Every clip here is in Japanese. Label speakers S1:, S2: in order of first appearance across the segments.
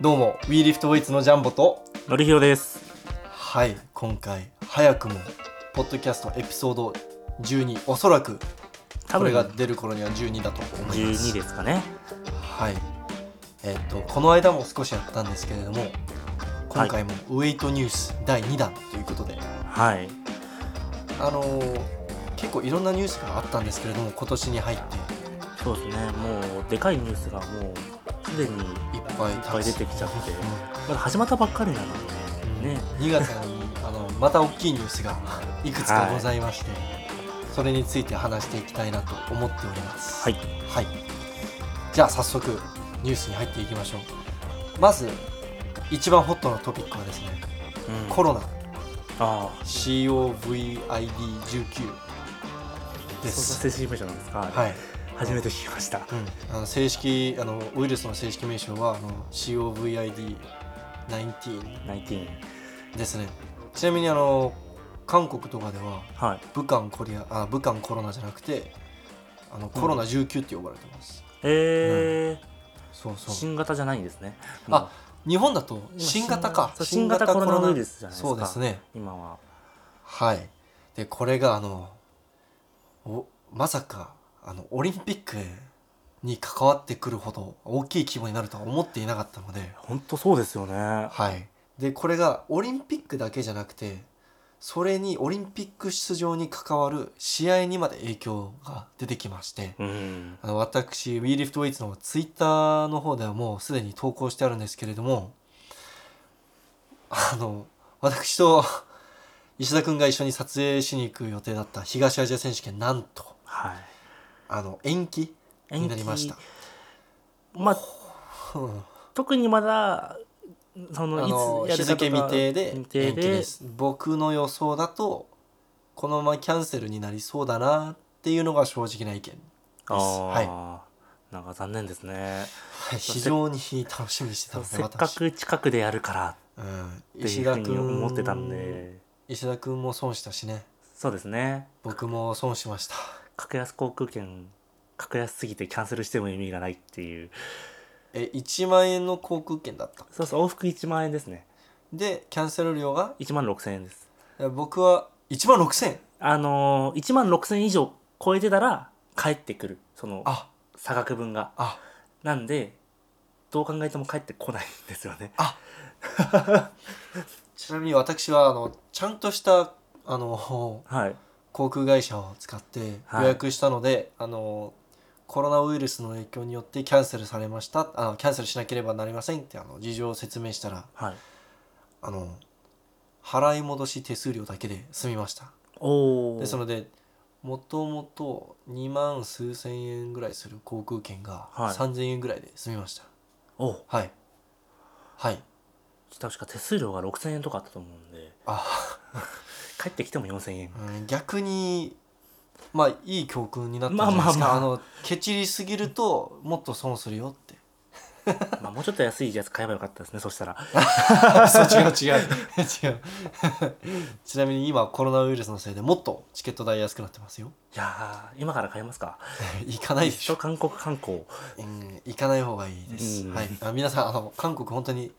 S1: どうも WeLiftWeights のジャンボと
S2: のりひろです。
S1: はい今回早くもポッドキャストエピソード12おそらく
S2: 多
S1: これ
S2: 分
S1: が出る頃には12だと思います
S2: 12ですかね。
S1: はいえっとこの間も少しやったんですけれども今回もウェイトニュース第2弾ということで、
S2: はい。
S1: あのー結構いろんなニュースがあったんですけれども今年に入って
S2: そうですね。もうでかいニュースがもうすでに
S1: いっぱい
S2: いっぱい出てきちゃって
S1: う
S2: まだ始まったばっかりなので
S1: ん
S2: ね。
S1: 2月にあのまた大きいニュースがいくつかございまして、それについて話していきたいなと思っております
S2: はい。
S1: はい、じゃあ早速ニュースに入っていきましょうまず一番ホットなトピックはですね
S2: うん
S1: コロナ
S2: ああ。
S1: COVID-19 で
S2: そ
S1: す
S2: うそう正式名称なんですか。
S1: はい、
S2: 初めて聞きました。
S1: うん、あの正式あのウイルスの正式名称はあの COVID-19
S2: 19。
S1: ですねちなみにあの韓国とかでは
S2: はい。
S1: 武漢コリアあ武漢コロナじゃなくてあのコロナ19って呼ばれてます、
S2: えー、
S1: そうそう
S2: 新型じゃないんですね。
S1: あ
S2: も
S1: 日本だと
S2: 今
S1: 新型か
S2: そう新型コロナウイルスじゃないですか
S1: そうですね
S2: う今は。
S1: はいでこれがあのおまさかあのオリンピックに関わってくるほど大きい規模になるとは思っていなかったので
S2: 本当そうですよね。
S1: はいでこれがオリンピックだけじゃなくてそれにオリンピック出場に関わる試合にまで影響が出てきまして
S2: うん。
S1: あの私 WeLiftWeights のツイッターの方ではもうすでに投稿してあるんですけれどもあの私と石田君が一緒に撮影しに行く予定だった東アジア選手権なんと
S2: はい。
S1: あの延期
S2: 延期
S1: になりました。
S2: まあ
S1: うん
S2: 特にまだそ
S1: あ
S2: の
S1: の
S2: いつ
S1: 日付未定で
S2: 未定
S1: 延期で
S2: です
S1: 僕の予想だとこのままキャンセルになりそうだなっていうのが正直な意見です。
S2: あ
S1: はい
S2: い、なんか残念ですね
S1: はい、非常に楽しみにしてたので
S2: せっか
S1: 私、
S2: く近くでやるから
S1: うん、
S2: っていうふうに思ってたんで
S1: 石田君も損したしね
S2: そうですね
S1: 僕も損しました
S2: 格安航空券格安すぎてキャンセルしても意味がないっていう
S1: え1万円の航空券だった
S2: そうそう往復1万円ですね
S1: でキャンセル料が
S2: 1万6000円です
S1: え僕は1万6000円
S2: あのー、1万6000円以上超えてたら帰ってくるその
S1: あ
S2: 差額分が
S1: あ
S2: なんでどう考えても帰ってこないんですよね
S1: ちなみに私はあのちゃんとしたあの
S2: はい
S1: 航空会社を使って
S2: はい
S1: 予約したので、あのコロナウイルスの影響によってキャンセルされましたあのキャンセルしなければなりませんってあの事情を説明したら
S2: はい
S1: あの払い戻し手数料だけで済みました
S2: おお
S1: ですのでもともと2万数千円ぐらいする航空券が
S2: はい
S1: 3000円ぐらいで済みました
S2: おう
S1: はいはい
S2: 確か手数料が6000円とかあったと思うんで
S1: あ
S2: 帰ってきても4000円
S1: うん逆にまあいい教訓になったんじゃ
S2: まあ
S1: ないですか、
S2: まあまあ
S1: あのケチりすぎるともっと損するよっ て
S2: まあもうちょっと安いやつ買えばよかったですねそしたら
S1: そう違う違う違う ちなみに今コロナウイルスのせいでもっとチケット代安くなってます よ
S2: いやー今から買えますか
S1: 行かないでし
S2: 一
S1: ょ
S2: 緒韓国観光
S1: うん、行かない方がいいです、
S2: うん
S1: はい、あ皆さんあの韓国本当に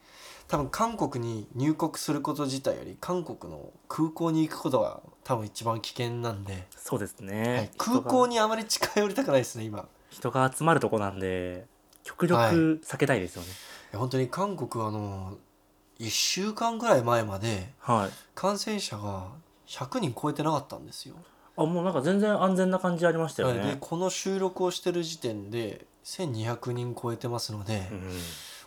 S1: 多分韓国に入国すること自体より韓国の空港に行くことが多分一番危険なんで、
S2: そうです
S1: は
S2: ね
S1: い、、空港
S2: に
S1: にあまり近寄りたくないですね今い
S2: 人が集まるとこなんで極力
S1: はい
S2: 避けたいですよね
S1: や本当に韓国はあの1週間ぐらい前まで
S2: はい、
S1: 感染者が100人超えてなかったんですよ、
S2: あもうなんか全然安全な感じありましたよ
S1: はい
S2: ね、
S1: でこの収録をしてる時点で1200人超えてますので、
S2: うん、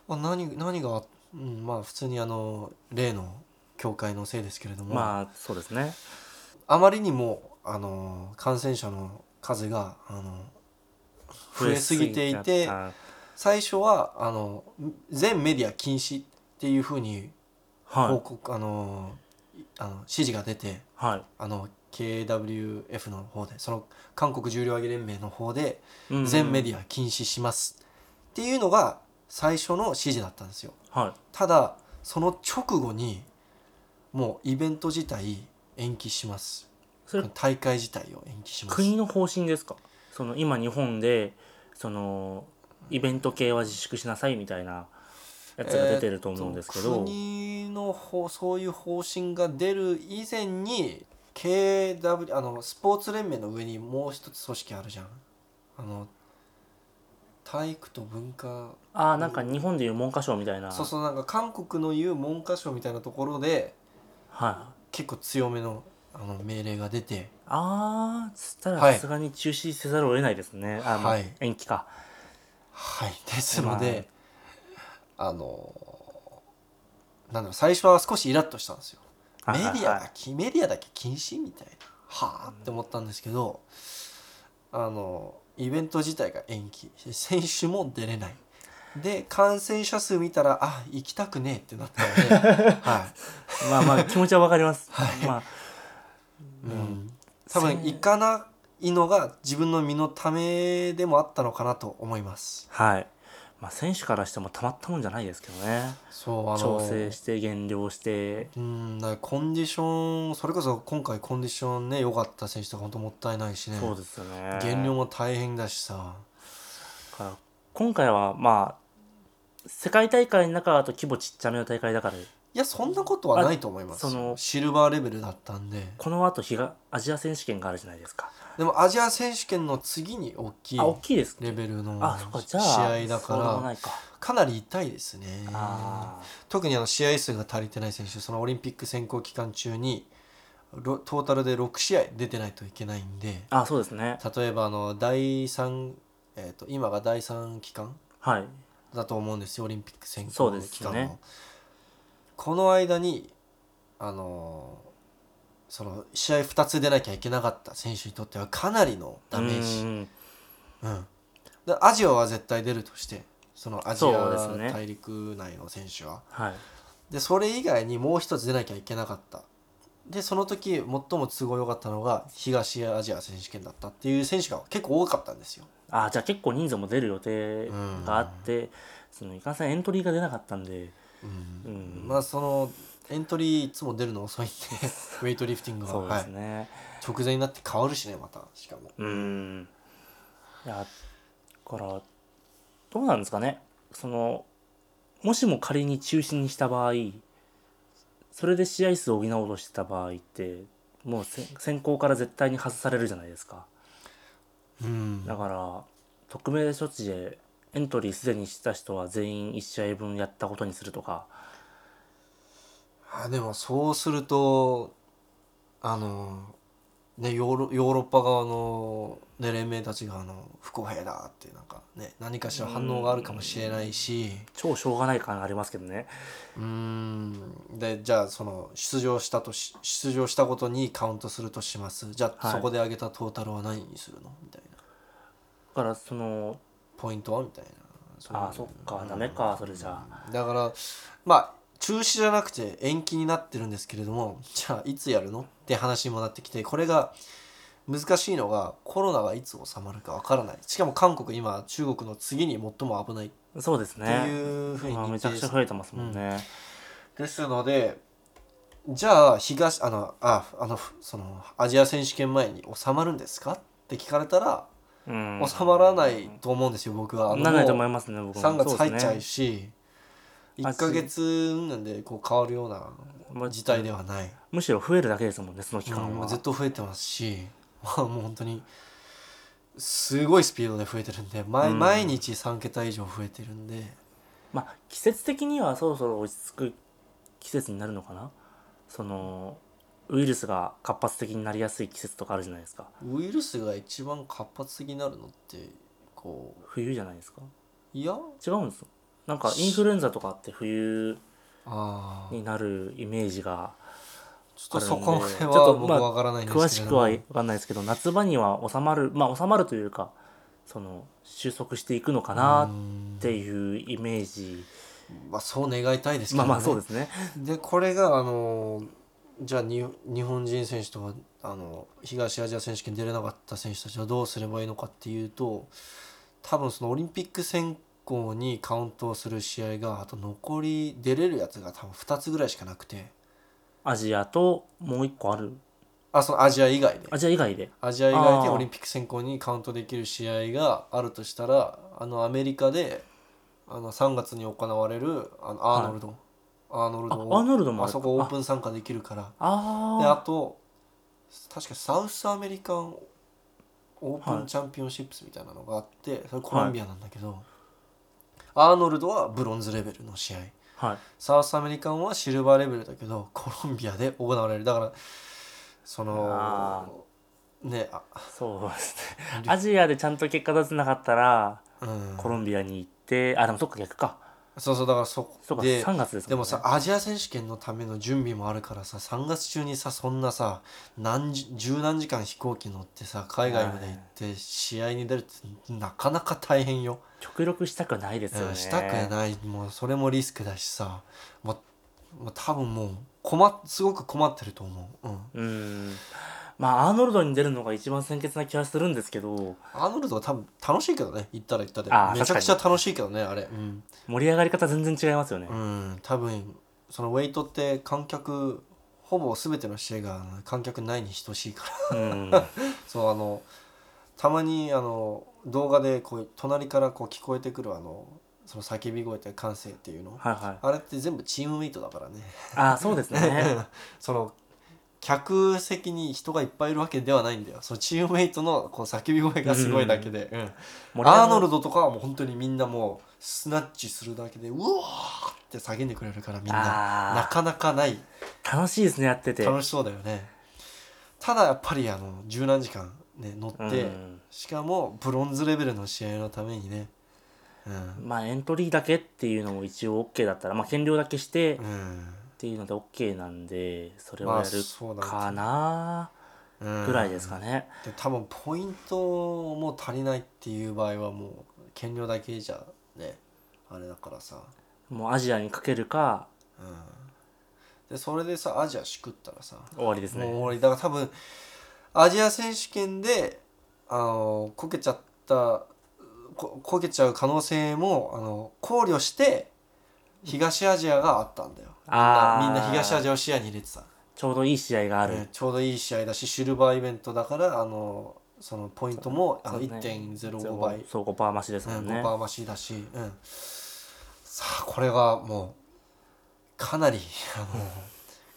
S1: まあ、何何が、うん、まあ普通にあの例の教会のせいですけれども、
S2: まあそうですね
S1: あまりにもあの感染者の数があの増えすぎていて
S2: 増えすぎちゃっ
S1: 最初はあの全メディア禁止っていうふうに
S2: たは
S1: 報
S2: い
S1: 告、あのいあの指示が出て
S2: は
S1: あの KWF の方でその韓国重量挙げ連盟の方で
S2: いうん
S1: 全メディア禁止しますっていうのが最初の指示だったんですよ。
S2: は
S1: ただその直後にもうイベント自体延期します
S2: いそれ
S1: 大会自体を延期します
S2: 国の方針ですかその今日本でそのイベント系は自粛しなさいみたいなやつが出てると思うんですけ
S1: えーっ
S2: ど、
S1: と国の方そういう方針が出る以前に KW あのスポーツ連盟の上にもう一つ組織あるじゃんあの体育と文化
S2: ああなんか日本でいう文科省みたいな
S1: そうそうなんか韓国の言う文科省みたいなところで
S2: はい
S1: 結構強めのあの命令が出て
S2: ああつったら
S1: はい
S2: さすがに中止せざるを得ないですね、あまあ
S1: はい
S2: 延期か
S1: はいですので、あのなんだろう最初は少しイラッとしたんですよメディア
S2: はい
S1: だけメディアだけ禁止みたいなはあって思ったんですけどあのイベント自体が延期選手も出れないで感染者数見たらあ行きたくねえってなったので、 は
S2: まあ まあ気持ちはわかります、
S1: はい
S2: まあ
S1: いうん
S2: うん
S1: 多分
S2: せん
S1: 行かないのが自分の身のためでもあったのかなと思います。
S2: はいまあ選手からしてもたまったもんじゃないですけどね
S1: そうあの
S2: 調整して減量して
S1: うん、だからコンディションそれこそ今回コンディションね良かった選手とか本当もったいないしね
S2: そうですよね
S1: 減量も大変だしさ
S2: だから今回はまあ世界大会の中だと規模ちっちゃめの大会だから
S1: いやそんなことはないと思います
S2: あその
S1: シルバーレベルだったんで
S2: この後日がアジア選手権があるじゃないですか
S1: でもアジア選手権の次に大きい
S2: あ大きいですね
S1: レベルの
S2: あそっかじ
S1: 試
S2: ゃあ
S1: 合だ
S2: そうでもな
S1: か
S2: いから
S1: かなり痛いですね
S2: あ
S1: 特にあの試合数が足りてない選手そのオリンピック選考期間中にろトータルで6試合出てないといけないんで
S2: ーあそうですね
S1: 例えばあの第3、えー、と今が第3期間
S2: はい
S1: だと思うんですよオリンピック選
S2: そ
S1: 考
S2: う
S1: の
S2: で
S1: 期
S2: す
S1: 間
S2: ね
S1: の、この間にあのーその試合2つ出なきゃいけなかった選手にとってはかなりのダメー
S2: う
S1: ジ、
S2: ん
S1: うん、でアジアは絶対出るとしてそのアジ
S2: そうです
S1: ア
S2: ね
S1: 大陸内の選手は
S2: はい
S1: でそれ以外にもう一つ出なきゃいけなかったでその時最も都合良かったのが東アジア選手権だったっていう選手が結構多かったんですよ
S2: あーじゃあ結構人数も出る予定があって、そのいかんせんエントリーが出なかったんで、
S1: うん
S2: うん
S1: まあそのエントリーいつも出るの遅いん でウェイトリフティングは、
S2: そう
S1: は
S2: で
S1: い
S2: す、ね、
S1: 直前になって変わるしねまたしかも
S2: うんいやだからどうなんですかねそのもしも仮に中止にした場合それで試合数を補おうとしてた場合ってもうせ選考から絶対に外されるじゃないですか
S1: うん
S2: だから匿名処置でエントリーすでにした人は全員1試合分やったことにするとか
S1: あでもそうするとあのねヨーロヨーロッパ側の、ね、連盟たちがあの不公平だってなんかね何かしら反応があるかもしれないし
S2: 超しょうがない感ありますけどね
S1: うーんでじゃあその出場したとし出場したことにカウントするとしますじゃあ
S2: はい
S1: そこで上げたトータルは何にするのみたいな
S2: だからその
S1: ポイントはみたいなそういう
S2: ああそっかダメかそれじゃあ
S1: だからまあ中止じゃなくて延期になってるんですけれどもじゃあいつやるのって話にもなってきてこれが難しいのがコロナがいつ収まるかわからないしかも韓国今中国の次に最も危ないっ
S2: そうです
S1: て
S2: ね
S1: いうふうに
S2: まあ
S1: 認
S2: めちゃ
S1: 定
S2: くちゃ
S1: し
S2: 増えてますもんね、
S1: ですのでじゃあ東あのああのそのアジア選手権前に収まるんですかって聞かれたら
S2: うん
S1: 収まらないと思うんですよ僕は。あの
S2: ならないと
S1: もう
S2: 思いますね僕も
S1: 3月入っち
S2: そ
S1: ゃ
S2: う
S1: う
S2: ですね
S1: し
S2: あ
S1: 1か月なんでこう変わるような事態ではない
S2: むしろ増えるだけですもんねその期間
S1: も
S2: は、
S1: うずっと増えてますし まあもう本当にすごいスピードで増えてるんで毎
S2: うん
S1: 毎日3桁以上増えてるんで
S2: まあ季節的にはそろそろ落ち着く季節になるのかなそのウイルスが活発的になりやすい季節とかあるじゃないですか
S1: ウイルスが一番活発的になるのってこう
S2: 冬じゃないですか
S1: いや
S2: 違うんですよなんかインフルエンザとかって冬
S1: あー
S2: になるイメージが
S1: ちょっとそこまで
S2: ちょっ
S1: は
S2: と
S1: 僕
S2: まあ
S1: わからないんで
S2: 詳
S1: す
S2: し
S1: けれ
S2: く
S1: ども
S2: は分かんないですけど夏場には収まるまあ収まるというかその収束していくのかな
S1: うん
S2: っていうイメージ
S1: まあそう願いたいですけ
S2: ま
S1: どね
S2: あまあそうですね
S1: でこれがあのじゃあに日本人選手とかあの東アジア選手権出れなかった選手たちはどうすればいいのかっていうと多分そのオリンピック選考にカウントをする試合があと残り出れるやつが多分2つぐらいしかなくて
S2: アジアともう一個ある
S1: あそのアジア以外で
S2: アジア以外で
S1: アジア以外で
S2: あー
S1: オリンピック選考にカウントできる試合があるとしたらあのアメリカであの3月に行われるあのアーノルド、アーノル
S2: あ
S1: ド
S2: ア
S1: を
S2: ーノルドもあ
S1: あ
S2: る
S1: そこオープ
S2: ン
S1: ン参加できるからであ
S2: あ
S1: と確かサウスアメリカンオープンチャンピオンシップスみたいなのがあって、それコロンビアなんだけど、アーノルドはブロンズレベルの試合
S2: あはい
S1: サウスアメリカンはシルバーレベルだけどコロンビアで行われるだからそ
S2: あ
S1: のねあ、
S2: そうですねアジアでちゃんと結果出せなかったら
S1: うん、
S2: コロンビアに行ってあでもそっか逆か
S1: そうそうだからそ
S2: そっ
S1: こ
S2: か
S1: で
S2: 3月です
S1: でも
S2: ね
S1: さアジア選手権のための準備もあるからさ3月中にさそんなさ何十十何時間飛行機乗ってさ海外まで行って試合に出るってなかなか大変よ。
S2: 極力したくないですよ
S1: う
S2: ね
S1: んしたくないもうそれもリスクだしさもうもう多分もう困っすごく困ってると思う。うん、
S2: うんまあアーノルドに出るのが一番先決な気はするんですけど
S1: アーノルドは多分楽しいけどね行ったら行ったで
S2: あー
S1: めちゃくちゃ楽しいけどねあれ。うん
S2: 盛り上がり方全然違いますよね、
S1: うん、多分そのウェイトって観客ほぼ全ての試合が観客ないに等しいから
S2: うん、
S1: そうあのたまにあの動画でこう隣からこう聞こえてくるあのその叫び声って歓声っていうの
S2: はいはい。
S1: あれって全部チームメイトだからね
S2: あーそうですね。
S1: その客席に人がいっぱいいるわけではないんだよそのチームメイトのこう叫び声がすごいだけで、うんアーノル
S2: ド
S1: ドとかはもう本当にみんなもうスナッチするだけでうわーって叫んでくれるからみんなな
S2: あ
S1: かなかない
S2: ー楽しいですねやってて。
S1: 楽しそうだよねただやっぱりあの十何時間ね乗
S2: う
S1: って、
S2: ん、
S1: しかもブロンズレベルの試合のためにねうん、
S2: まあエントリーだけっていうのも一応 OK だったら、まあ減量だけしてっ
S1: うん、
S2: ていうので OK なんで、それを
S1: ま
S2: や
S1: あ
S2: る
S1: そうだ
S2: かなぐらいですか
S1: ね
S2: ね。
S1: うんで多分ポイントも足りないっていう場合はもう減量だけじゃねあれだからさ、
S2: もうアジアにかけるか
S1: うん、でそれでさアジアしくったらさ、
S2: 終わりです
S1: もう終
S2: ね。
S1: わりだから多分アジア選手権であのこけちゃったここけちゃう可能性もあの考慮して東アジアがあったんだよみんな
S2: あー
S1: みんな東アジアを視野に入れてた、
S2: ちょうどいい試合があ
S1: うん
S2: る。
S1: ちょうどいい試合だしシルバーイベントだからあのそのポイントもあの
S2: そうですね
S1: 1.05倍、
S2: そう5パー増しです
S1: う
S2: も
S1: ん
S2: ん
S1: 5
S2: ね。
S1: パー増しだし、うん、さあこれがもうかなりあの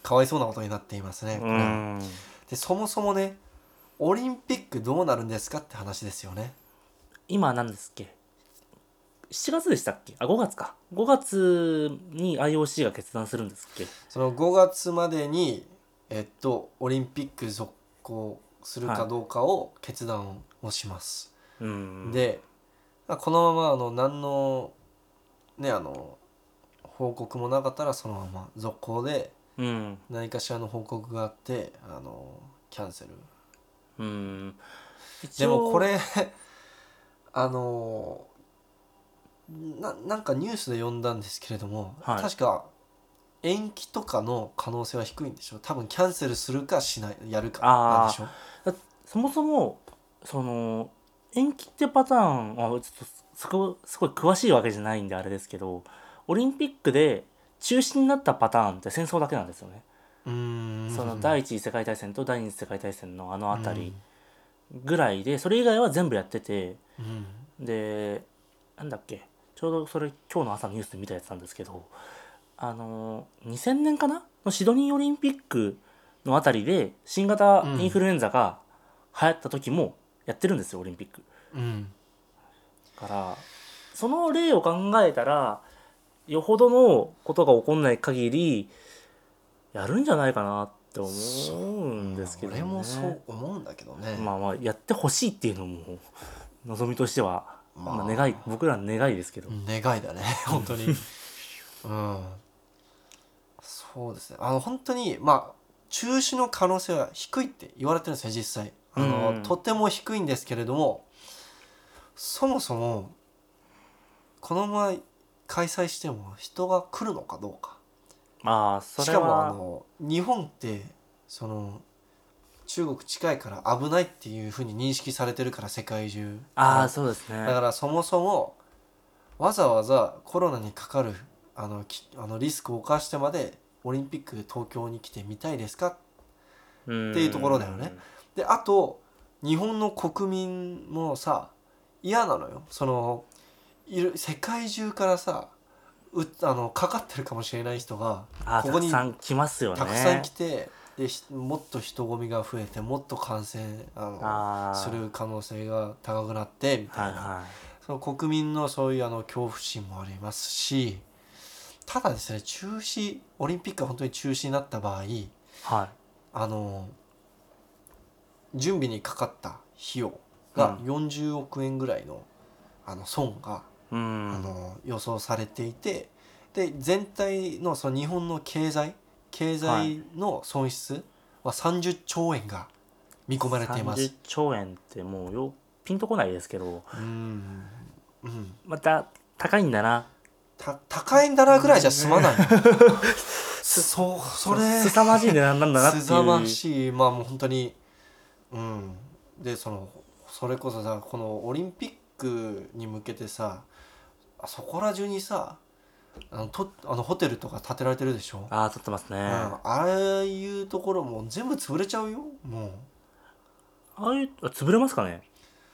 S1: かわいそうなことになっていますね。こ
S2: う
S1: れは
S2: ん。
S1: でそもそもねオリンピックどうなるんですかって話ですよね
S2: 今何ですっけ7月でしたっけあ5月か5月に IOC が決断するんですっけ
S1: その5月までにえっとオリンピック続行するかどうかを決断をします、
S2: うん
S1: でまあこのままあの何のねあの報告もなかったらそのまま続行で
S2: うん
S1: 何かしらの報告があってあのキャンセル
S2: うん
S1: でもこれ あのななんかニュースで読んだんですけれども、
S2: はい
S1: 確か延期とかの可能性は低いんでしょ多分キャンセルするかしないやるか
S2: あー
S1: なんでしょ
S2: そもそもその延期ってパターンはちょっとすごすごい詳しいわけじゃないんであれですけどオリンピックで中止になったパターンって戦争だけなんですよね、
S1: うーん
S2: その第一次世界大戦と第二次世界大戦のあの辺りぐらいで、それ以外は全部やってて
S1: うんうん
S2: でなんだっけちょうどそれ今日の朝のニュースで見たやつなんですけどあの2000年かなのシドニーオリンピックのあたりで新型インフルエンザが流行った時もやってるんですよ、オリンピック
S1: うん
S2: だからその例を考えたらよほどのことが起こんない限りやるんじゃないかなって思うんですけどね。
S1: 俺もそう思うんだけどね、
S2: まあまあやってほしいっていうのも望みとしては、
S1: ま
S2: ま
S1: あ
S2: あ、願い僕らの願いですけど、
S1: 願いだね本当にうんそうですねあの本当にまあ中止の可能性は低いって言われてるんですよ実際あの、
S2: うん
S1: とても低いんですけれどもそもそもこのまま開催しても人が来るのかどうか
S2: まあそ
S1: し
S2: れ
S1: かもあ
S2: は
S1: の日本ってその中国近いから危ないっていうふうに認識されてるから世界中
S2: ああそうです
S1: だ
S2: ね
S1: からそもそもわざわざコロナにかかるあのきあのリスクを冒してまでオリンピック東京に来てみたいですか
S2: って
S1: っていうところだよねであと日本の国民もさ嫌なのよそのいる世界中からさうあのかかってるかもしれない人が
S2: あ
S1: ここに
S2: たくさん来ますよね
S1: たくさん来て、でひもっと人混みが増えてもっと感染あの
S2: あー
S1: する可能性が高くなってみたい
S2: は
S1: な、
S2: いは
S1: その国民のそういうあの恐怖心もありますしただですね中止オリンピックが本当に中止になった場合
S2: いはい
S1: あの準備にかかった費用が
S2: う
S1: 40億円ぐらいのあの損が、あ
S2: うん
S1: の予想されていてで全体のその日本の経済経済の損失は30兆円が見込まれています
S2: 30。兆円ってもうよピンとこないですけど
S1: うんうん、
S2: また高いんだな
S1: た高いんだなぐらいじゃ済まない。 そそれ
S2: すさまじい値段なんだなっていう
S1: すざましいまあもう本当にうんでそのそれこそさこのオリンピックに向けてさあそこら中にさあのとあのホテルとか建てられてるでしょ、
S2: ああ取ってますね、
S1: うん、ああいうところも全部潰れちゃうよもう
S2: ああいうあ潰れますかね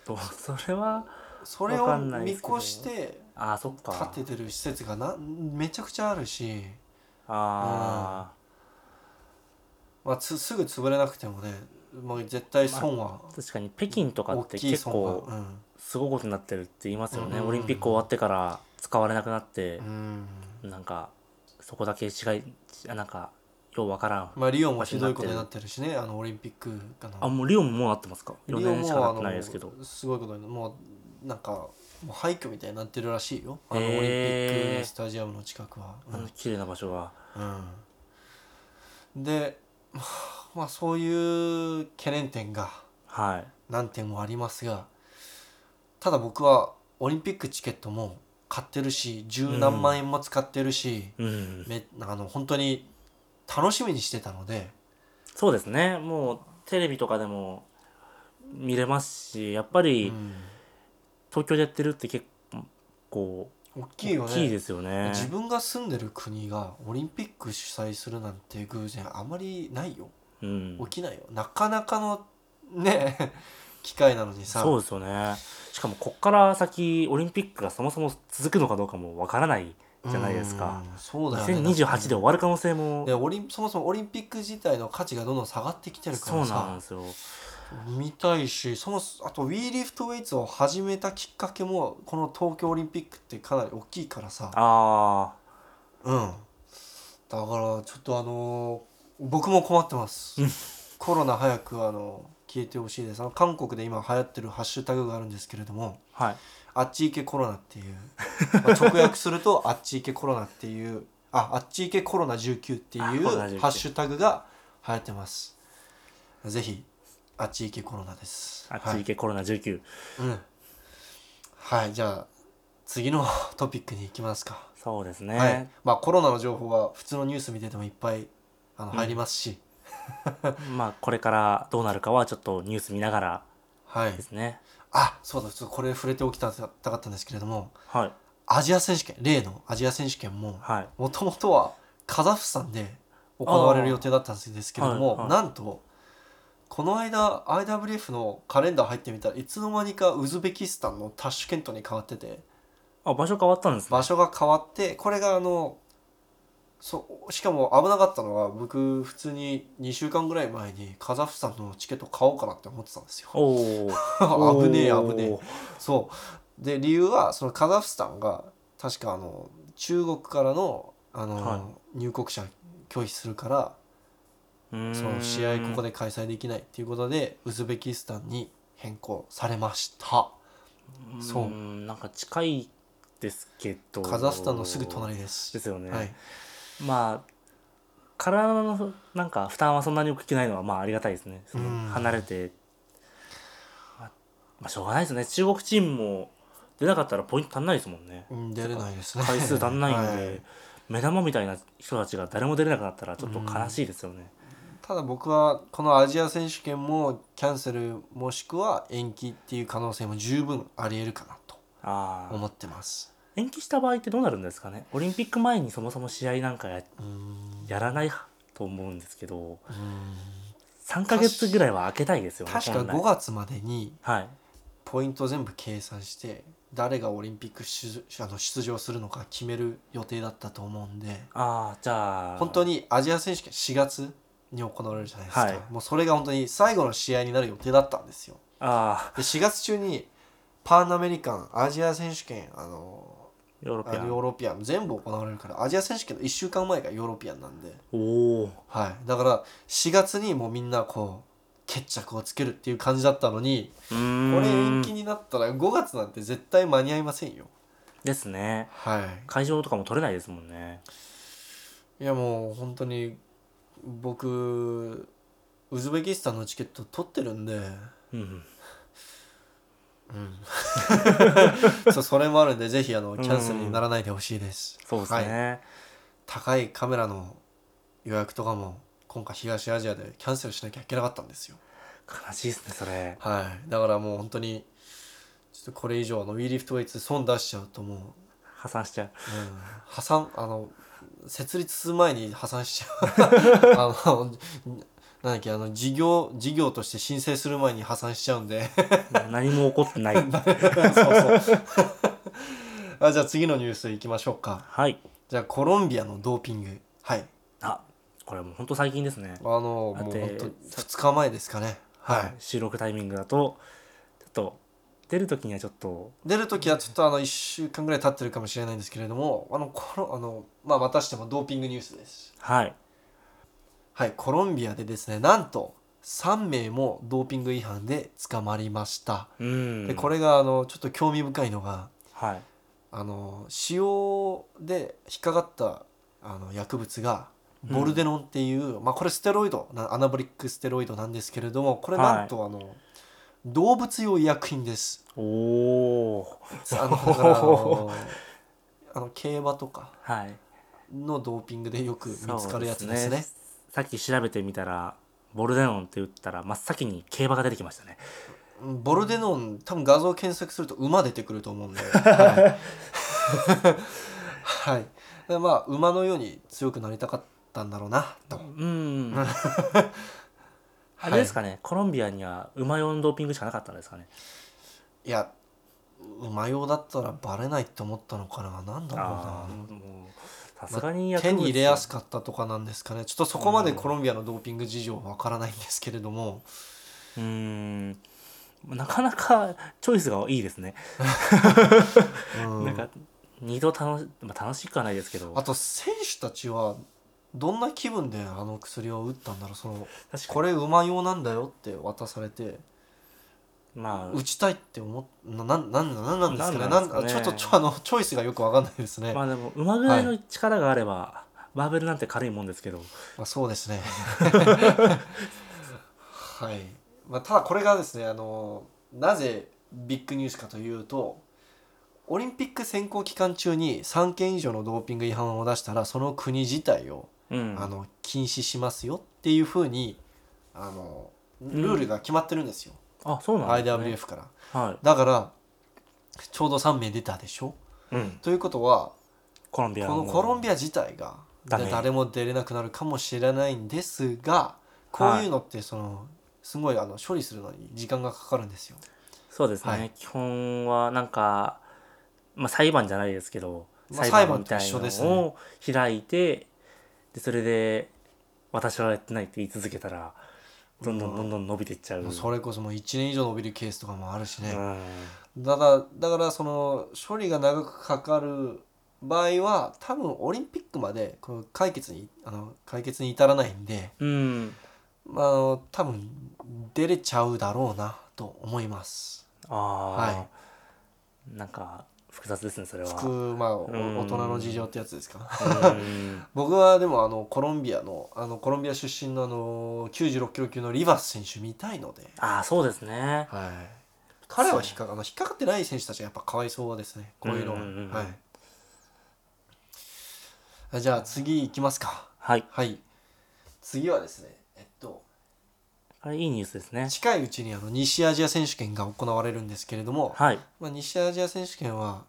S2: とそれは
S1: それ
S2: わか
S1: を
S2: んない
S1: 見
S2: です
S1: 越
S2: けど
S1: して
S2: ああそっか
S1: 建ててる施設がなめちゃくちゃあるし、
S2: あ
S1: まあ、つすぐ潰れなくてもねもう絶対損は
S2: あ確かに北京とか
S1: 大
S2: って
S1: きい
S2: 結
S1: 損は
S2: 構すごいことになってるって言いますよね、
S1: うん
S2: オリンピック終わってから使われなくなって
S1: うん、う、ん
S2: なんかそこだけ違いあなんかようわからん
S1: まあ、リオもひどいことになってるしねあのオリンピックかな
S2: あもうリオももうなってますか4
S1: リオ
S2: 年
S1: も
S2: しかなってないですけど
S1: あのすごいことにもうなんかもう廃墟みたいになってるらしいよあのオリンピッ
S2: へー
S1: クスタジアムの近くは、
S2: あの綺麗な場所が
S1: うんでまあまあそういう懸念点が
S2: はい
S1: 何点もありますがただ僕はオリンピックチケットも買ってるし十何万円も使ってるし、
S2: うん、
S1: めあの本当に楽しみにしてたので、
S2: そうですねもうテレビとかでも見れますしやっぱ
S1: う
S2: り
S1: ん、
S2: 東京でやってるって結構
S1: 大きいよ
S2: 大
S1: ね
S2: きいですよね
S1: 自分が住んでる国がオリンピック主催するなんて偶然あまりないよ
S2: うん、
S1: 起きないよなかなかのね 機会なのにさ
S2: そうですよねしかもこっから先オリンピックがそもそも続くのかどうかもわからないじゃないですか
S1: うんそうだよね
S2: 2028で終わる可能性も
S1: でオリンそもそもオリンピック自体の価値がどんどん下がってきてるか
S2: そう
S1: ら
S2: なん
S1: さ
S2: ですよ
S1: 見たいしそもそあと w e リフトウェイツを始めたきっかけもこの東京オリンピックってかなり大きいからさ
S2: あ
S1: うんだからちょっとあのー僕も困ってますコロナ早くあの消えてほしいですあの韓国で今流行ってるハッシュタグがあるんですけれども
S2: あはい
S1: あっち行けコロナっていう まあ直訳するとあっち行けコロナっていうああっち行けコロナ19っていう
S2: あ
S1: ハ
S2: コロナ19
S1: ッシュタグが流行ってますぜひあっち行けコロナです
S2: あっち行けコロナ19、
S1: はい、うんはい、じゃあ次の トピックに行きますか
S2: そうですね、
S1: はいまあ、コロナの情報は普通のニュース見ててもいっぱいあの入りますし、
S2: まあこれからどうなるかはちょっとニュース見ながら
S1: はい
S2: ですね
S1: あそうだちょっとこれ触れておきたかったんですけれども
S2: はい
S1: アジア選手権例のアジア選手権も
S2: はい
S1: もともとはカザフスタンで行われる予定だったんですけれども、
S2: あーはい
S1: なんとこの間 IWF のカレンダー入ってみたらいつの間にかウズベキスタンのタッシュケントに変わってて
S2: あ場所変わったんですね
S1: 場所が変わってこれがあのそうしかも危なかったのは僕普通に2週間ぐらい前にカザフスタンのチケット買おうかなって思ってたんですよ
S2: おお
S1: 危ねえ危ねえそうで理由はそのカザフスタンが確かあの中国からのあの、
S2: はい
S1: 入国者拒否するから
S2: え
S1: その試合ここで開催できないっていうことでウズベキスタンに変更されましたそう
S2: なんか近いですけど
S1: カザフスタンのすぐ
S2: で
S1: 隣です
S2: すよね、
S1: はい、
S2: まあ体のなんか負担はそんなに大きくないのはまあありがたいですねその
S1: うん
S2: 離れてまあまあしょうがないですね中国チームも出なかったらポイント足んないですもんね
S1: うん出れないですね
S2: 回数足んないんで、
S1: は
S2: 目玉みたいな人たちが誰も出れなくなったらちょっと悲しいですよね、
S1: ただ僕はこのアジア選手権もキャンセルもしくは延期っていう可能性も十分ありえるかなと
S2: ああ
S1: 思ってます
S2: 延期した場合ってどうなるんですかねオリンピック前にそもそも試合なんかや
S1: うーん
S2: やらないと思うんですけど
S1: うーん
S2: 3ヶ月ぐらいは空けたいですよね
S1: 確か
S2: 本来
S1: 5月までに
S2: はい
S1: ポイント全部計算して誰がオリンピック出あの出場するのか決める予定だったと思うんで
S2: ああじゃあ
S1: 本当にアジア選手権4月に行われるじゃないですか、
S2: はい
S1: もうそれが本当に最後の試合になる予定だったんですよ
S2: ああ
S1: で4月中にパンアメリカンアジア選手権あの
S2: ヨーロ
S1: あ
S2: ピア
S1: の
S2: ン
S1: ヨーロピアン全部行われるからアジア選手権の1週間前がヨーロピアンなんで、
S2: おお
S1: はい、だから4月にもうみんなこう決着をつけるっていう感じだったのに
S2: こ
S1: こ
S2: れ
S1: れ延期になったら5月なんて絶対間に合いませんよ
S2: ですね
S1: はい
S2: 会場とかも取れないですもんね
S1: いやもう本当に僕ウズベキスタンのチケット取ってるんで、
S2: うん
S1: そうそれもあるんでぜひあのキャンセルにならないでほしいです、
S2: そうです
S1: はい、
S2: ね、
S1: 高いカメラの予約とかも今回東アジアでキャンセルしなきゃいけなかったんですよ
S2: 悲しいですねそれ
S1: はい、だからもう本当にちょっとこれ以上の WeLiftWeights 損出しちゃうともう、うん、
S2: 破産しちゃう
S1: 破産あの設立する前に破産しち ゃうあのなんだっけあの事業事業として申請する前に破産しちゃうんで
S2: 何も起こってな い
S1: そうそう あじゃあ次のニュースいきましょうか
S2: はい
S1: じゃあコロンビアのドーピングはい
S2: あこれもう本当最近ですね
S1: あのもう
S2: だ
S1: 本
S2: っ
S1: 当
S2: て
S1: 2日前ですかねはい
S2: 収録タイミングだとちょっと出る時にはちょっと
S1: 出る時はちょっとあの1週間ぐらい経ってるかもしれないんですけれどもあのこのあの、まあ、またしてもドーピングニュースです
S2: はい
S1: はいコロンビアでですねなんと3名もドーピング違反で捕まりました、
S2: うん
S1: でこれがあのちょっと興味深いのが
S2: はい
S1: あの使用で引っかかったあの薬物がボルデノンっていう、まあ、これステロイドなアナボリックステロイドなんですけれどもこれなんとあの、動物用医薬品です
S2: おお
S1: あ のだからあのあの競馬とか
S2: はい
S1: のドーピングでよく見つかるやつですね
S2: そうですねさっき調べてみたらボルデノンって打ったら真っ先に競馬が出てきましたね
S1: うんボルデノン多分画像検索すると馬出てくると思うんではい、はいでまあ馬のように強くなりたかったんだろうなと
S2: うん あれですかね、コロンビアには馬用のドーピングしかなかったんですかね
S1: いや馬用だったらバレないって思ったのかななんだろうな
S2: ああもうさすがに薬
S1: 手
S2: 物
S1: に入れやすかったとかなんですかねちょっとそこまでコロンビアのドーピング事情はわからないんですけれども、
S2: うーんなかなかチョイスがいいですね、
S1: うん
S2: なんか二度楽し,、まあ、楽しくはないですけど
S1: あと選手たちはどんな気分であの薬を打ったんだろうその
S2: 確か
S1: これ馬用なんだよって渡されて
S2: にま
S1: 打ちたいって思っななんなんなんなんですかね
S2: なん
S1: な
S2: なん
S1: ん
S2: ですかね
S1: ちょっとちょあの チョイスがよくわかんないですね、
S2: あ
S1: ま
S2: まあでも馬ぐらいの力があれば、バーベルなんて軽いもんですけど
S1: あ、そうですね はい、まあ、ただこれがですねあのなぜビッグニュースかというとオリンピック選考期間中に3件以上のドーピング違反を出したらその国自体を
S2: うん
S1: あの禁止しますよっていうふうにあのルールが決まってるんですよ、
S2: あそうなんですね
S1: IWF から
S2: は
S1: だからちょうど3名出たでしょ
S2: い、うん、
S1: ということは
S2: コロンビ
S1: こ
S2: アも
S1: のコロンビア自体が
S2: ダメ
S1: で誰も出れなくなるかもしれないんですがこういうのってその、すごいあの処理するのに時間がかかるんですよ
S2: そうですね、
S1: はい
S2: 基本はなんか、まあ、裁判じゃないですけど、
S1: まあ
S2: な
S1: 裁判と一緒です
S2: のを開いて、でそれで私はやってないって言い続けたらどんどんどんどん伸びていっちゃう。
S1: もうそれこそもう1年以上伸びるケースとかもあるしね、
S2: うん
S1: だからだからその処理が長くかかる場合は多分オリンピックまでこの解決にあの解決に至らないんで、
S2: うん、
S1: まあ、あの多分出れちゃうだろうなと思います。
S2: ああ、なんか複雑ですねそれは。
S1: 服まあお
S2: うん
S1: 大人の事情ってやつですか
S2: うん
S1: 僕はでもあのコロンビアのあのコロンビア出身のあの96キロ級のリバス選手見たいので、
S2: ああそうですね。
S1: はい、彼は引っかかあの引っかかってない選手たちがやっぱかわいそうですねこういうのは、
S2: うんうんうん
S1: はいあじゃあ次いきますか
S2: はい、
S1: はい次はですねえっと
S2: あれいいニュースですね。
S1: 近いうちにあの西アジア選手権が行われるんですけれども、
S2: はい、
S1: まあ、西アジア選手権は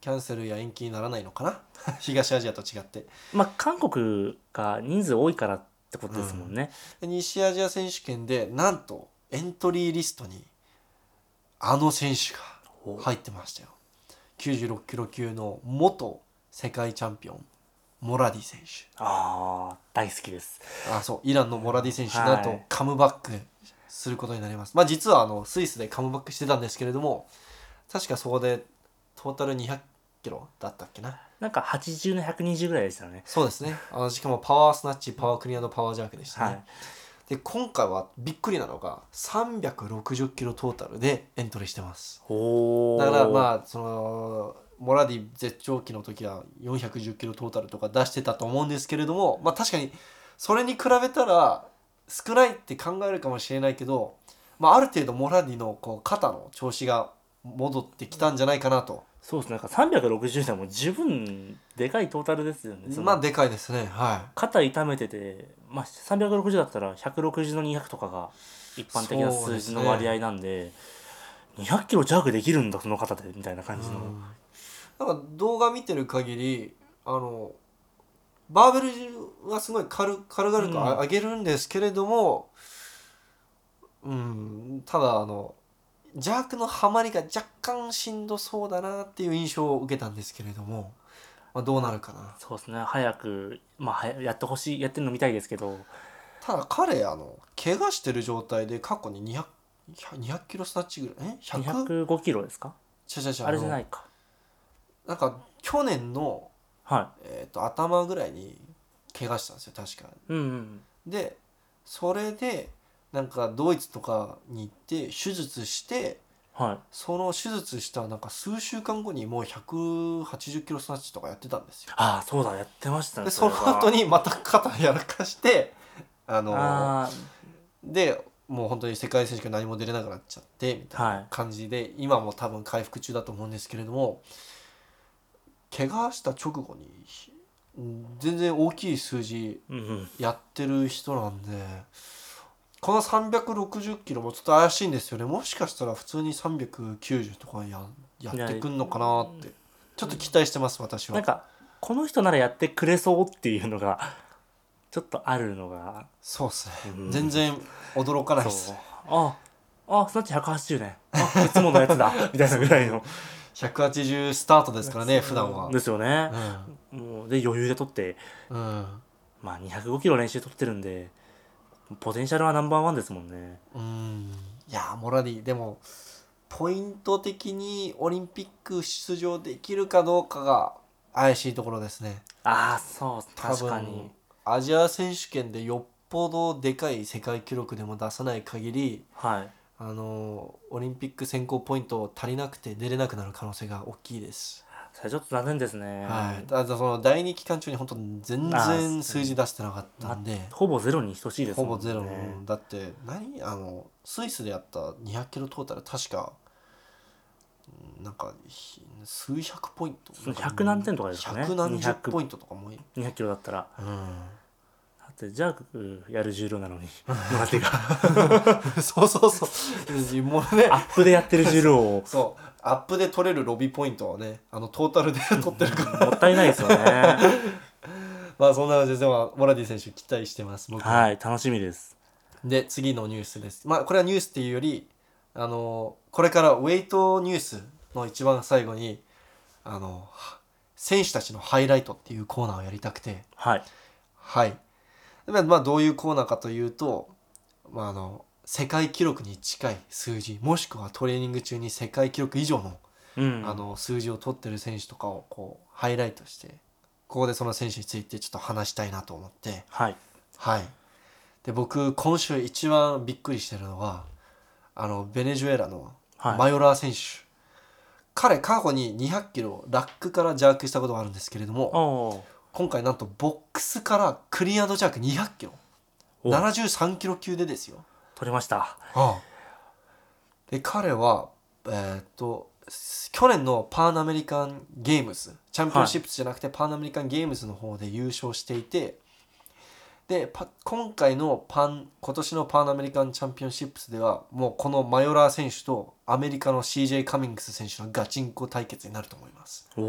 S1: キャンセルや延期にならないのかな 東アジアと違って
S2: まあ韓国が人数多いからってことですもんね。
S1: で西アジア選手権でなんとエントリーリストにあの選手が入ってましたよ96キロ級の元世界チャンピオンモラディ選手
S2: ああ大好きです
S1: あそうイランのモラディ選手なん
S2: は
S1: と
S2: い
S1: カムバックすることになります、まあ実はあのスイスでカムバックしてたんですけれども確かそこでトータル200キロだったっけな
S2: なんか80の120ぐらいでしたよね
S1: そうですねあのしかもパワースナッチパワークリアのパワージャークでしたね、
S2: はい
S1: で今回はびっくりなのが360キロトータルでエントリーしてます
S2: おお
S1: だからまあそのモラディ絶頂期の時は410キロトータルとか出してたと思うんですけれどもまあ確かにそれに比べたら少ないって考えるかもしれないけど、まあ、ある程度モラディのこう肩の調子が戻ってきたんじゃないかなと、
S2: そうですねなんか360でも十分でかいトータルですよねその
S1: まあでかいですねは
S2: 肩痛めてて、まあ、360だったら160の200とかが一般的な数字の割合なんで200キロ弱できるんだその肩でみたいな感
S1: い、
S2: じの、
S1: うんなんか動画見てる限りあのバーベルはすごい軽軽々とあ
S2: うん
S1: 上げるんですけれども、うんただあのジャークのハマりが若干しんどそうだなっていう印象を受けたんですけれども、まあ、どうなるかな
S2: そうですね早く、まあ、はややってほしいやってるの見たいですけど
S1: ただ彼あの怪我してる状態で過去に 200, 200キロスナッチぐらいえ 100?
S2: 205キロですか
S1: 違う違う違う
S2: あれじゃ
S1: あ
S2: な
S1: の
S2: いか
S1: なんか去年の、
S2: は
S1: えー、と頭ぐらいに怪我したんですよ確か
S2: いうんうん
S1: でそれでなんかドイツとかに行って手術して
S2: はい
S1: その手術したなんか数週間後にもう180キロスナッチとかやってたんですよ
S2: ああそうだやってましたね
S1: でその後に
S2: に
S1: また肩やらかしてあの
S2: あ
S1: でもう本当に世界選手権何も出れなくなっちゃってみたい
S2: あはい
S1: な感じで今も多分回復中だと思うんですけれども怪我した直後に全然大きい数字
S2: うんうん
S1: やってる人なんでこの360キロもちょっと怪しいんですよねもしかしたら普通に390とかややってくんのかなってちょっと期待してます私
S2: なん
S1: は
S2: かこの人ならやってくれそうっていうのが ちょっとあるのが
S1: そうですね
S2: うん
S1: 全然驚かないで
S2: そ
S1: す
S2: うああスナッチ180ねあいつもの やつだみたいなぐらいの
S1: 180スタートですからね普段は
S2: ですよね、
S1: う
S2: もうで余裕で取って
S1: ん、うん
S2: まあ205キロ練習取ってるんでポテンシャルはナンバーワンですもんね
S1: うんいやーモラディでもポイント的にオリンピック出場できるかどうかが怪しいところですね
S2: ああそう
S1: 多
S2: 確か
S1: 分
S2: に
S1: アジア選手権でよっぽどでかい世界記録でも出さない限り
S2: はい
S1: あのオリンピック選考ポイント足りなくて出れなくなる可能性が大きいです、
S2: それちょっと残念ですね、
S1: はい、ただその第2期間中に本当に全
S2: あー
S1: 然数字出してなかったんで、
S2: ほぼゼロに等しいです
S1: ほ
S2: もんね
S1: ぼゼロの、だって何あのスイスでやった200キロトータル確かうんなんかひ数百ポイント
S2: そう100何点とかですかね
S1: 100何十
S2: 200
S1: ポイントとかもい
S2: 200キロだったら
S1: うん
S2: だってジャークやる重量なのにもらってが
S1: そうそうそう。 もうね
S2: ア、ップでやってる重量を
S1: そう、アップで取れるロビーポイントをね、あのトータルで取ってるから、
S2: もったいないですよね
S1: まあそんな感じで、まあモラディ選手期待してます、僕は。
S2: はい楽しみです
S1: で、次のニュースです。まあこれはニュースっていうより、あの、これからウェイトニュースの一番最後に、あの、は選手たちのハイライトっていうコーナーをやりたくて、
S2: はい
S1: はい。まあまあどういうコーナーかというと、まああの、世界記録に近い数字もしくはトレーニング中に世界記録以上の
S2: うん
S1: あの数字を取ってる選手とかをこうハイライトしてここでその選手についてちょっと話したいなと思って
S2: はい
S1: はいで僕今週一番びっくりしてるのはあのベネズエラの
S2: はい
S1: マヨラー選手、彼過去に200キロラックからジャークしたことがあるんですけれども
S2: お
S1: 今回なんとボックスからクリアンドジャーク200キロ
S2: お
S1: 73キロ級でですよ
S2: 取れました
S1: ああで彼はえーっとす去年のパンアメリカンゲームズチャンピオンシップスじゃなくてパンアメリカンゲームズの方で優勝していてでパ今回のパン今年のパンアメリカンチャンピオンシップスではもうこのマヨラー選手とアメリカの CJ カミングス選手のガチンコ対決になると思います、
S2: お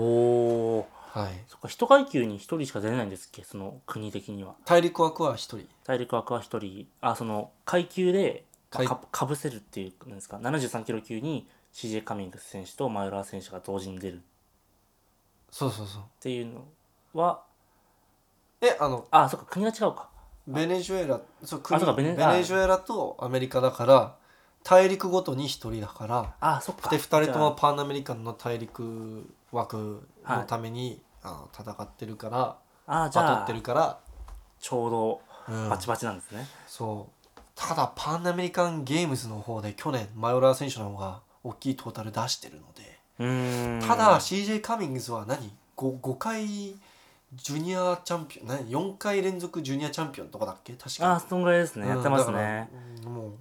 S2: お
S1: はい、
S2: そっか一階級に一人しか出れないんですっけその国的には
S1: 大陸枠は1人
S2: 大陸枠は一人あその階級でまあ
S1: 階
S2: かかぶせるっていうんですか73キロ級に CJ カミングス選手とマヨラー選手が同時に出る
S1: そうそうそう
S2: ていうのは
S1: えあの
S2: あそっか国が違うか
S1: ベネズエラそう
S2: あそうか
S1: 国
S2: ベ
S1: ベ
S2: ネ
S1: ネズエラとアメリカだから大陸ごとに1人だから
S2: あそっか
S1: で2人とも
S2: じ
S1: パンアメリカンの大陸枠のために、あの戦ってるから
S2: ゃああじ
S1: バト
S2: ゃ
S1: っ
S2: あ
S1: てるから、
S2: ちょうど
S1: うん
S2: バチバチなんですね、
S1: そうただパンアメリカンゲームズの方で去年マヨラー選手の方が大きいトータル出してるので、
S2: うーん
S1: ただ CJ カミングズは何 5, 5回ジュニアチャンピオン何4回連続ジュニアチャンピオンとかだっけ確か
S2: あそんぐらいですね、
S1: うん
S2: やってます
S1: だから
S2: ね
S1: うんもう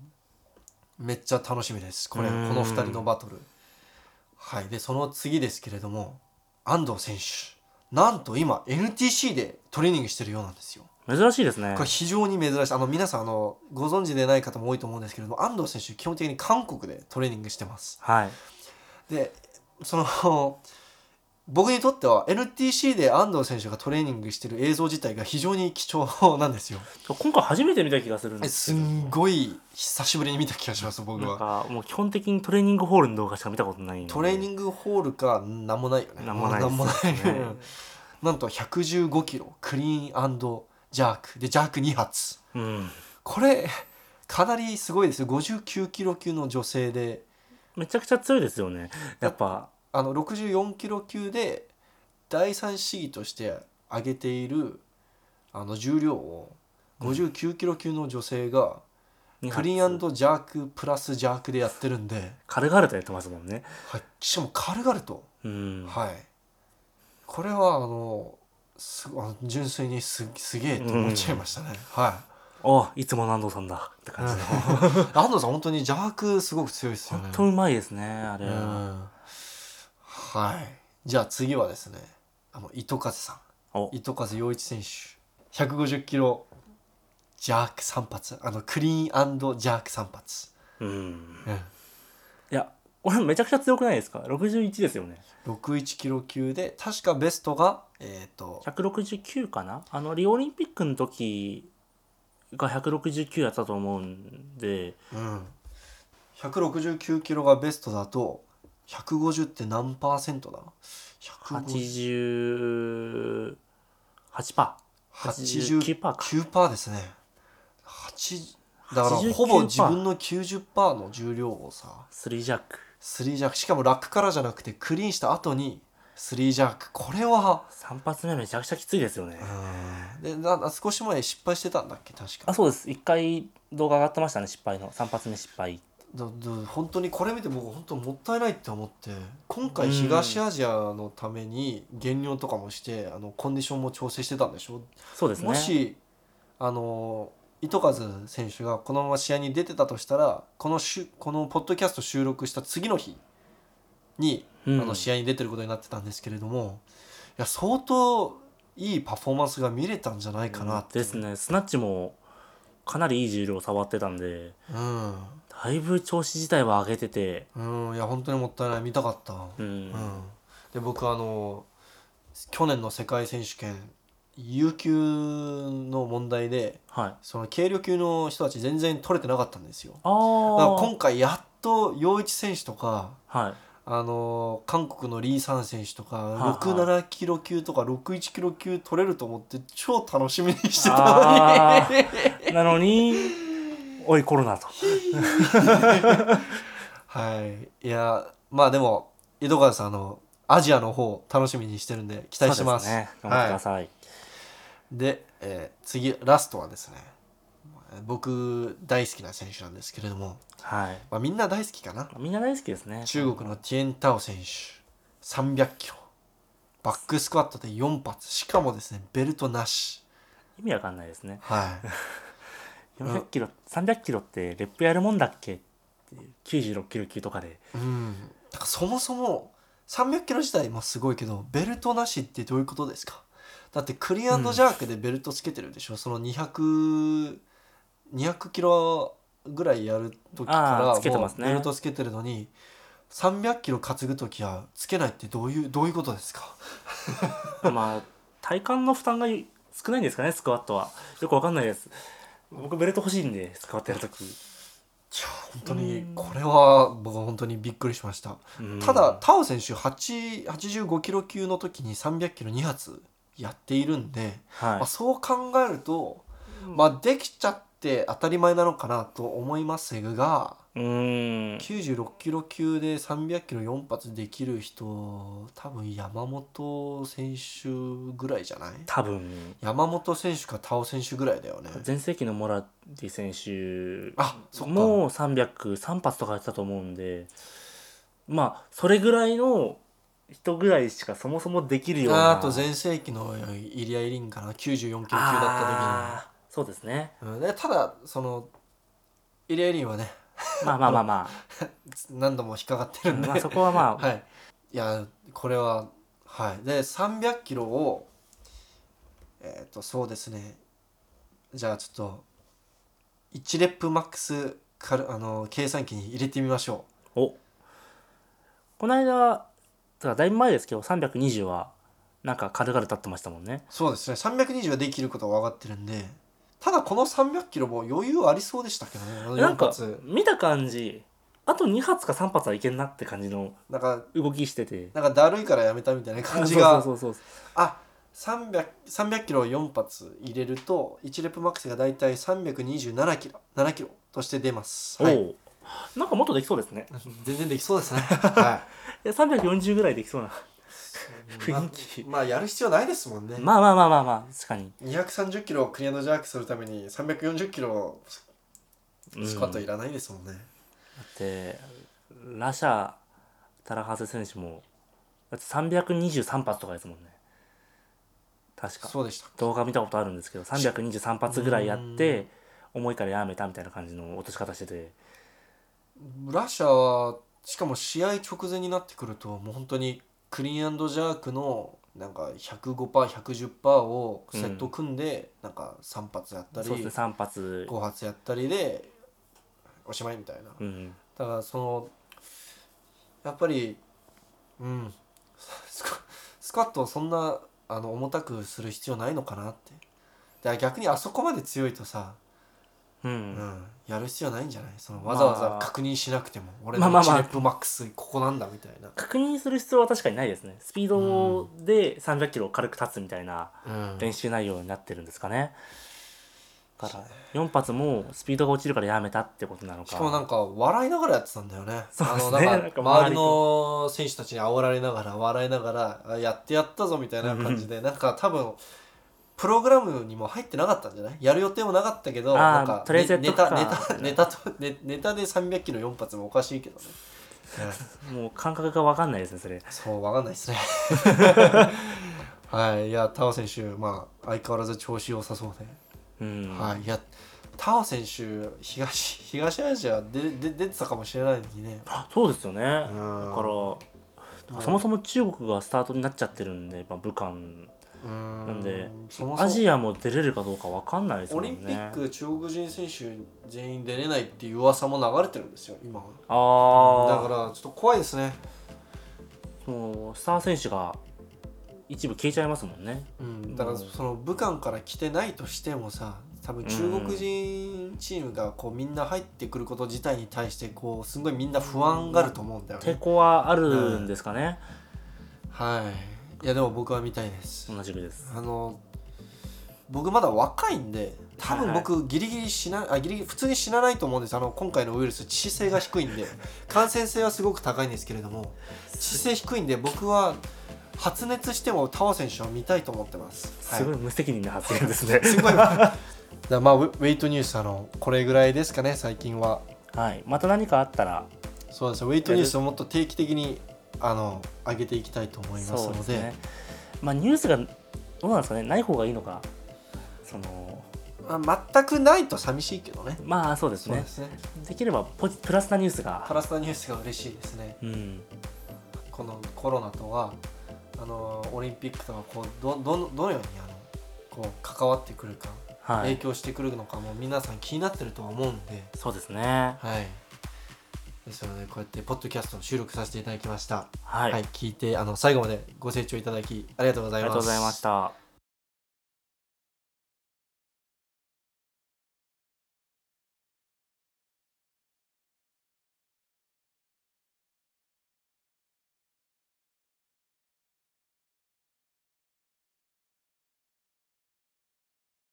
S1: めっちゃ楽しみですこれこ
S2: うん
S1: の2人のバトルはいでその次ですけれども安藤選手なんと今 NTC でトレーニングしてるようなんですよ
S2: 珍しいですね
S1: これ非常に珍しいあの皆さんあのご存知でない方も多いと思うんですけれども安藤選手基本的に韓国でトレーニングしてます
S2: はい
S1: でその 僕にとっては NTC で安藤選手がトレーニングしてる映像自体が非常に貴重なんですよ
S2: 今回初めて見た気がするん
S1: え
S2: です
S1: す
S2: けど
S1: んごい久しぶりに見た気がします僕
S2: なん
S1: は
S2: かもう基本的にトレーニングホールの動画しか見たことないんで
S1: トレーニングホールかなんもないよね
S2: なんもない
S1: な
S2: で
S1: んもない
S2: すね
S1: なんと115キロクリーンジャークでジャーク2発
S2: うん
S1: これかなりすごいですよ59キロ級の女性で
S2: めちゃくちゃ強いですよねやっぱ
S1: あの64キロ級で第三試技として上げているあの重量を59キロ級の女性がクリーンジャークプラスジャークでやってるんで、
S2: 軽々とやってますもんね
S1: はい、しかも軽々と。
S2: うん
S1: はい、これはあのすごあの純粋にすすげえと思っちゃいましたね、はい
S2: あいつもの安藤さんだって感じの
S1: 安藤さん本当に邪悪すごく強いですよね
S2: 本当うまいですねあれ
S1: うんはいじゃあ次はですねあの糸数さ
S2: お
S1: ん糸数陽一選手150キロジャーク3発あのクリーンジャーク3発、
S2: うん
S1: うん、
S2: いや俺めちゃくちゃ強くないですか61ですよね
S1: 61キロ級で確かベストがえっ、と
S2: 169かなあのリオオリンピックの時が169やったと思うんで
S1: うん、169キロがベストだと150って何パーセントだ150
S2: 88パ
S1: 89
S2: 89%
S1: パ
S2: か
S1: ーですね8だから
S2: 89%
S1: ほぼ自分の90パーの重量をさ
S2: ー3ジャック
S1: 3ジャークしかもラックからじゃなくてクリーンした後に3ジャークこれは
S2: 3発目めちゃくちゃきついですよね
S1: うんでなな少し前失敗してたんだっけ確か
S2: あそうです1回動画上がってましたね失敗の3発目失敗
S1: だだ本当にこれ見て僕本当もったいないって思って今回東アジアのために減量とかもしてあのコンディションも調整してたんでしょ
S2: そうですね
S1: もしあの糸数選手がこのまま試合に出てたとしたらこのしゅこのポッドキャスト収録した次の日にあ
S2: うん
S1: の試合に出てることになってたんですけれども、いや相当いいパフォーマンスが見れたんじゃないかなって、
S2: ですねスナッチもかなりいい重量触ってたんで
S1: う
S2: だいぶ調子自体は上げてて
S1: ん、うん、いや本当にもったいない見たかった。
S2: う
S1: う
S2: ん、
S1: ん、で僕あの去年の世界選手権有給の問題で
S2: はい
S1: その軽量級の人たち全然取れてなかったんですよ
S2: あ
S1: だから
S2: あ
S1: 今回やっと陽一選手とか
S2: はい
S1: あの韓国のリー・サン選手とか
S2: はいは
S1: 67キロ級とか61キロ級取れると思って超楽しみにしてた
S2: あ
S1: のに
S2: ーなのにおいコロナと
S1: はいいやまあでも江戸川さんあのアジアの方楽しみにしてるんで期待してます
S2: そうでね頑張ってください、
S1: で、えー次ラストはですねえー僕大好きな選手なんですけれども、
S2: はい
S1: まあ、みんな大好きかな
S2: みんな大好きですね
S1: 中国のティエンタオ選手300キロバックスクワットで4発しかもですねベルトなし
S2: 意味わかんないですね
S1: はいうん
S2: 400キロ、300キロってレップやるもんだっけっていう96キロ級とかで
S1: うんだからそもそも300キロ自体もすごいけどベルトなしってどういうことですかだってクリアンドジャークでベルトつけてるでしょ、その200200キロぐらいやる時
S2: あ
S1: か
S2: ーつけ
S1: ら
S2: て
S1: も
S2: ます
S1: う
S2: ね
S1: ベルトつけてるのに300キロ担ぐ時はつけないってどういうどういうことですか
S2: まあ体幹の負担が少ないんですかねスクワットはよくわかんないです僕ベルト欲しいんでスクワットやるとき
S1: や本当にこれは僕は本当にびっくりしました、
S2: うん
S1: ただタオ選手8 85キロ級の時に300キロ2発やっているんで、
S2: はい
S1: まあ、そう考えると、
S2: うん
S1: まあ、できちゃって当たり前なのかなと思いますが
S2: うーん
S1: 96キロ級で300キロ4発できる人多分山本選手ぐらいじゃない
S2: 多分
S1: 山本選手か田尾選手ぐらいだよね。
S2: 全盛期のモラティ選手
S1: あそっか
S2: もう3003発とかやってたと思うんでまあそれぐらいの人ぐらいしかそもそもできるような
S1: あと全盛期のイリア・イリンかな94キロ級だった
S2: あーそうですね
S1: 時に、うん、でただそのイリア・イリンはね
S2: まあまあまあま
S1: 何度も引っかかって
S2: あ、
S1: るんで、
S2: まあそこはまあ
S1: はい、いやこれははいで300キロをえっ、とそうですねじゃあちょっと1レップマックスからあの計算機に入れてみましょ
S2: おこの間てかだいぶ前ですけど320はなんか軽々立ってましたもんね
S1: うそうですね320はできることは分かってるんでただこの300キロも余裕ありそうでしたけどねあの
S2: なん
S1: 4
S2: か
S1: 発
S2: 見た感じあと2発か3発はいけんなって感じの
S1: なんか
S2: 動きしてて
S1: なんかだるいからやめたみたいな感じ が
S2: そうそうそうそ
S1: あ300 300キロを4発入れると1レップマックスがだいたい327キロ7キロとして出ます、
S2: う、
S1: はい、
S2: おおなんかもっとできそうですね
S1: 全然できそう ですね。はい
S2: や340ぐらいできそうない 雰囲気
S1: まあ、まあやる必要ないですもんね。
S2: まあまあまあまあまあ確かに、
S1: 230キロをクリアのジャークするために340キロ
S2: うん、
S1: スクワットい
S2: だ
S1: らないですもんね。
S2: ってラシャタラハセ選手もだって323発とかですもんね確か
S1: そうでした。
S2: 動画見たことあるんですけど323発ぐらいやって重いからやめたみたいな感じの落とし方してて
S1: ラシャはしかも試合直前になってくるともう本当にクリーンジャークのなんか105パー110パーをセット組んで、なんか3発やったり、
S2: そうですね3発
S1: 5発やったりでおしまいみたいな。
S2: うん
S1: だからそのやっぱりうんスクスクワットをそんなあの重たくする必要ないのかなってだから逆にあそこまで強いとさ、
S2: う
S1: うん
S2: ん、
S1: やる必要ないんじゃないその
S2: まあ
S1: わざわざ確認しなくても、俺の
S2: まあまあま
S1: 1
S2: あ
S1: レップマックスここなんだみたいな、
S2: 確認する必要は確かにないですねスピードで3 0 0キロ軽く立つみたいな
S1: うん
S2: 練習内容になってるんですかね、だから4発もスピードが落ちるからやめたってことなのか
S1: しかもなんか笑いながらやってたんだよね
S2: そうですね
S1: あの
S2: な
S1: なんん
S2: か
S1: か
S2: 周
S1: 周
S2: り
S1: り
S2: と
S1: の選手たちに煽られながら笑いながらあやってやったぞみたいな感じでなんか多分プログラムにも入ってなかったんじゃないやる予定もなかったけど
S2: あー
S1: なんか
S2: とりあえずやっ
S1: ネ
S2: とく
S1: タ
S2: か
S1: ネタネタとネネタで300キロ4発もおかしいけど ね、うん
S2: もう感覚が分かんないですねそれ
S1: そうわかんない ですねはいいやタオ選手まあ相変わらず調子良さそうで、
S2: うん、
S1: はい、いやタオ選手東東アジアでで出てたかもしれないのにね
S2: あそうですよねだから
S1: ん
S2: そもそも中国がスタートになっちゃってるんで、まあ、武漢
S1: な
S2: なんで
S1: そもそも
S2: アジアも出れるかどうか分かんないですも
S1: オ
S2: んね
S1: リンピック中国人選手全員出れないっていう噂も流れてるんですよ今
S2: ああ
S1: だからちょっと怖いですね、
S2: もうスター選手が一部消えちゃいますもんね
S1: うん、だから
S2: うん
S1: その武漢から来てないとしてもさ多分中国人チームがこうみんな入ってくること自体に対してこうすごいみんな不安があると思うんだよ
S2: 抵
S1: ね、
S2: 抗はあるんですかね、
S1: はいいやでも僕は見たいです
S2: 同じくです
S1: あの僕まだ若いんで多分僕ギリギリ死なあギリギリ普通に死なないと思うんですあの今回のウイルス致死性が低い んで感染性はすごく高いんですけれども致死性低いんで僕は発熱してもタオ選手を見たいと思ってます、はい、
S2: すごい無責任な発言ですね
S1: す ごいだからまあウェウェイトニュースあのこれぐらいですかね最近は
S2: はいまた何かあったら
S1: そうですねウェイトニュースをもっと定期的にあの上げていきたいと思います
S2: そうで
S1: の
S2: す
S1: で
S2: ねまあニュースがどうなんですかねない方がいいのかその
S1: まあ、全くないと寂しいけどね
S2: まあそうです
S1: そう
S2: ね
S1: ですね
S2: できればポジプラスなニュース
S1: パ
S2: が
S1: ラスタニュースが嬉しいですね
S2: うん
S1: このコロナとはあのオリンピックとはこうどどのどのようにあのこう関わってくるか、
S2: は
S1: 影
S2: い
S1: 響してくるのかも皆さん気になってるとは思うんで、
S2: そうですね
S1: はい、ですのでこうやってポッドキャストを収録させていただきました、
S2: はい、
S1: はい、
S2: あ
S1: 聞いてあの最後までご清聴いただきありがとうござ
S2: り
S1: い
S2: が
S1: ます。
S2: とうございました